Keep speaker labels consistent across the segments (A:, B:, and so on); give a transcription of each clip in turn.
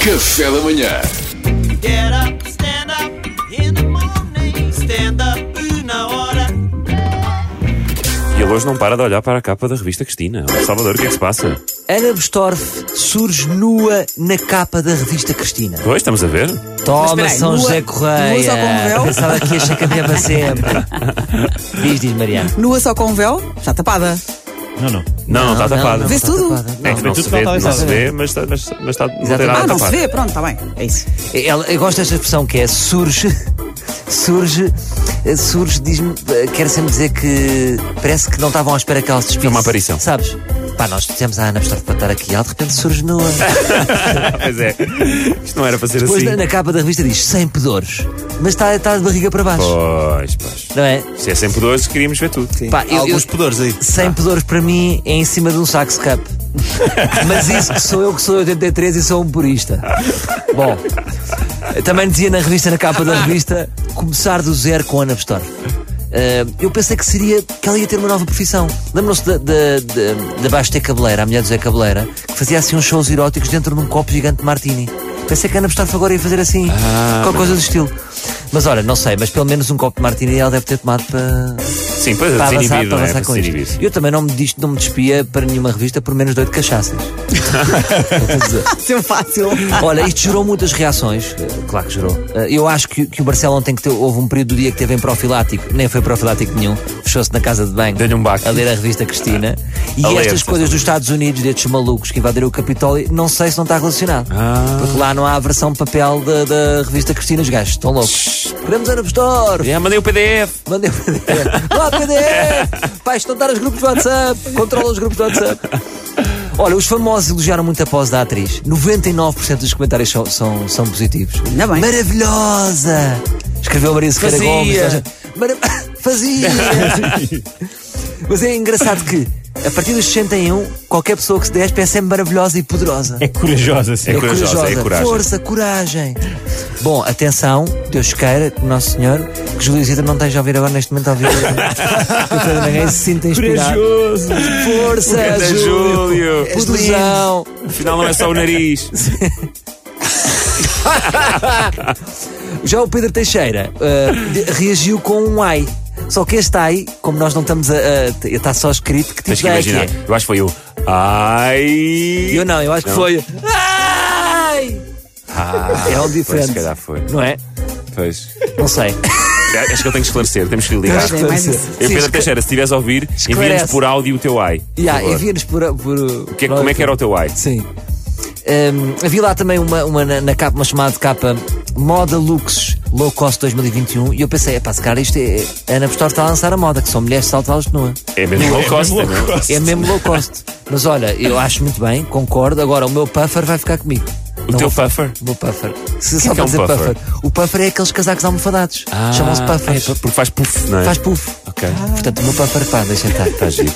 A: Café da Manhã
B: Get up, stand up in the morning. Stand up na hora.
C: E ele hoje não para de olhar para a capa da revista Cristina. Oh, Salvador, o que é que se passa?
D: Ana Bestorff surge nua na capa da revista Cristina.
C: Pois, estamos a ver.
D: Toma,
E: espera aí,
D: São
E: nua- nua
D: José
E: só com
D: Correia.
E: véu?
D: Pensava que ia chacadear para sempre. Diz, diz, Mariana.
E: Nua só com véu? Está tapada.
F: Não, não.
C: Não, não está tapado.
E: Vê-se
D: está
E: tudo?
D: tapada.
C: É
D: Não.
C: que
F: Não,
C: não, se
F: tudo
C: vê,
F: faltava
C: não se
F: exatamente.
C: vê, mas, está- mas, mas está, não tem
D: Exatamente.
C: nada
E: Ah,
C: a
E: não se
C: tapar.
E: vê? Pronto, está bem. É isso.
D: Ela, eu gosto desta expressão que é surge, surge, eh, surge, diz-me, eh, quer sempre dizer que parece que não estavam à espera que ela se despisse.
C: É uma aparição.
D: Sabes? Pá, nós dissemos à Ana Bestorff para estar aqui, ela de repente surge nua.
C: Ah, pois é. Isto não era para ser
D: Depois
C: assim.
D: na, na capa da revista diz, sem pedores, mas está, está de barriga para baixo.
C: Oh. Pois, pois.
D: Não é?
C: Se é sempre dois, queríamos ver tudo.
D: Pá, eu- eu-
F: pedores aí.
D: Sem pedores para mim é em cima de um sax cup. Mas isso que sou eu que sou 83 e sou um purista. Bom, também dizia na revista, na capa da revista, começar do zero com Ana Bestor. eu pensei que seria que ela ia ter uma nova profissão. Lembram-se da, da, da, da Basta Cabeleira, a mulher do Zé Cabeleira, que fazia assim uns shows eróticos dentro de um copo gigante de martini. Pensei que a Ana Bestorff agora ia fazer assim, qualquer coisa do estilo. Mas olha, não sei, mas pelo menos um copo de martini ela deve ter tomado para,
C: Sim, pois é
D: para avançar,
C: desinibido,
D: para
C: não é?
D: avançar com
C: desinibir.
D: isto. Eu também não me, dis- não me despia para nenhuma revista por menos doido de cachaças.
E: Seu fácil.
D: Olha, isto gerou muitas reações. Eh, Claro que gerou. Eh, Eu acho que, que o Barcelona tem que ter. Houve um período do dia que teve em profilático, nem foi profilático nenhum, fechou-se na casa de banho.
C: Deu-lhe um baque.
D: A ler a revista Cristina. E
C: A ler,
D: estas coisas dos Estados Unidos, destes malucos que invadiram o Capitólio, não sei se não está relacionado.
C: Ah.
D: Porque lá não há a versão papel da, da revista Cristina, os gajos estão loucos. Queremos Ana Bestor!
C: Já mandei o PDF.
D: Mandei o PDF. Lá, PDF! Vai estantar os grupos do WhatsApp. Controla os grupos do WhatsApp. Olha, os famosos elogiaram muito a pose da atriz. 99% dos comentários são, são, são positivos.
E: Ainda bem.
D: Maravilhosa! Escreveu Maria Sequeira
C: Fazia.
D: Gomes. Mara- Fazia! Mas é engraçado que, a partir dos 61, qualquer pessoa que se despe é sempre maravilhosa e poderosa.
F: É corajosa, assim.
C: É corajosa, é coragem.
D: Força, coragem. Bom, atenção, Deus queira, que Nosso Senhor, que Júlio Zita não esteja a ouvir agora neste momento a ouvir. Café da manhã e se sinta inspirado.
F: Corajoso.
D: Força,
C: Grande Júlio.
D: Júlio. Poderosão.
C: Afinal, não é só o nariz.
D: Já o Pedro Teixeira ah, de- reagiu com um ai. Só que este ai, como nós não estamos a. a- está só escrito que
C: Tens
D: tipo
C: que
D: de ai é que
C: imaginar.
D: é.
C: Eu acho que foi eu. Ai.
D: Eu não, eu acho que
C: Não.
D: foi. Ai!
C: Ah,
D: É algo
C: pois,
D: diferente.
C: Se calhar foi.
D: Não é?
C: Pois.
D: Não sei.
C: É, Acho que eu tenho que esclarecer. Temos que lhe ligar.
E: Mas é mais isso.
C: Eu,
D: Sim,
C: Pedro
D: esclare-
C: Teixeira, se estiveres a ouvir, envia-nos
D: Esclarece.
C: por áudio o teu ai. por
D: Yeah,
C: favor.
D: envia-nos por. por
C: O que é- como é que era o teu ai?
D: Sim. Hum, havia lá também uma, uma na, na capa, uma chamada de capa Moda Lux Low Cost 2021 e eu pensei, é pá, se calhar isto é. A Ana Postor está a lançar a moda, que são mulheres de salto alto nua.
C: É mesmo low cost, não é?
D: É mesmo low cost. Mas olha, eu acho muito bem, concordo. Agora o meu puffer vai ficar comigo.
C: O
D: Não
C: teu
D: vou-
C: puffer?
D: O meu puffer. Se
C: que é
D: só para
C: um
D: dizer
C: puffer?
D: puffer. O puffer é aqueles casacos almofadados.
C: Ah,
D: Chamam-se
C: é,
D: puffers.
C: porque faz puff, não é?
D: Faz puff. Ah.
C: Ok.
D: Portanto, o meu puffer, pá, deixa estar.
C: Está giro.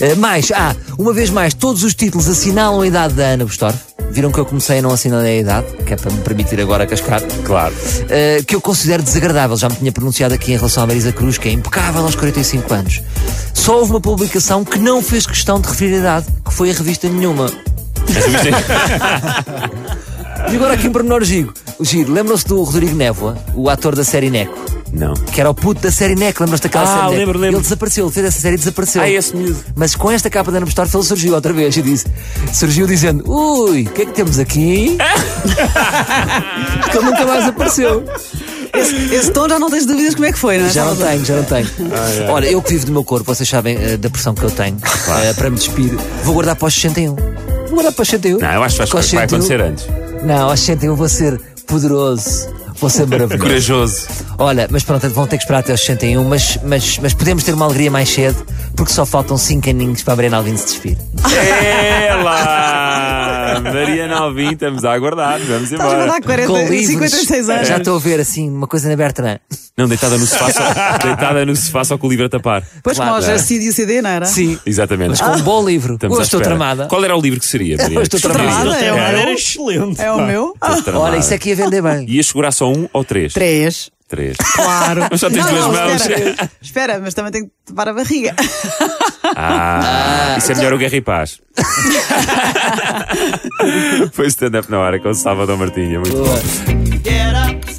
D: Uh, mais, ah, uma vez mais, todos os títulos assinalam a idade da Ana Bustorff. Viram que eu comecei a não assinar a idade, que é para me permitir agora cascar.
C: Claro.
D: Uh, que eu considero desagradável, já me tinha pronunciado aqui em relação à Marisa Cruz, que é impecável aos 45 anos. Só houve uma publicação que não fez questão de referir a idade, que foi a revista nenhuma. E agora aqui em pormenor Gigo. Giro, lembram-se do Rodrigo Névoa, o ator da série Neco?
C: Não.
D: Que era o puto da série Neco, lembram-se daquela
C: Ah,
D: série Neco?
C: lembro, lembro.
D: Ele desapareceu, ele fez essa série e desapareceu.
C: Ah, esse miúdo.
D: Mas com esta capa da Ana Bestorff ele surgiu outra vez e disse: surgiu dizendo, ui, o que é que temos aqui? que ele nunca mais apareceu.
C: Tá
E: Esse tom já não tens dúvidas como é que foi, não é?
D: Já não tenho, já não tenho. Olha, eu que vivo do meu corpo, vocês sabem eh, da pressão que eu tenho eh, para me despir, vou guardar para os 61. Vou guardar para os 61.
C: Não, eu acho que
D: Porque
C: vai,
D: aos
C: vai acontecer
D: 61
C: antes.
D: Não, aos 61 vou ser poderoso, vou ser maravilhoso.
C: Corajoso.
D: Olha, mas pronto, vão ter que esperar até aos 61, mas, mas, mas podemos ter uma alegria mais cedo, porque só faltam 5 aninhos para a Brena Alvim se despir.
C: Ela! Mariana Alvim, estamos a aguardar. Vamos
E: Estás a
C: embora.
E: mandar 40, 56 anos.
D: Já estou a ver assim, uma coisa na Bertrand.
C: Não, deitada no sofá, só, deitada no sofá só com o livro a tapar.
E: Pois
D: Claro,
E: como
D: é.
E: o CD e o CD, não era?
D: Sim.
C: Exatamente.
D: Mas com um bom livro.
C: Estamos
D: Hoje
C: à
D: estou
C: espera.
D: tramada.
C: Qual era o livro que seria, Mariana?
D: estou tramada,
C: Estou
E: é o
C: tramada.
E: meu.
F: Era excelente.
E: É o meu? Ah,
C: Tramada.
D: Olha, isso é aqui ia vender bem.
C: Ias segurar só um ou três?
E: Três.
C: Três.
E: Claro.
C: Mas só tens
E: não,
C: duas
E: não,
C: mãos.
E: Espera. espera, mas também tenho que tapar a barriga.
C: Ah, isso é melhor o Guerra e Paz. Foi stand-up na hora com o Salvador Martinha. Muito bom.
B: Get up,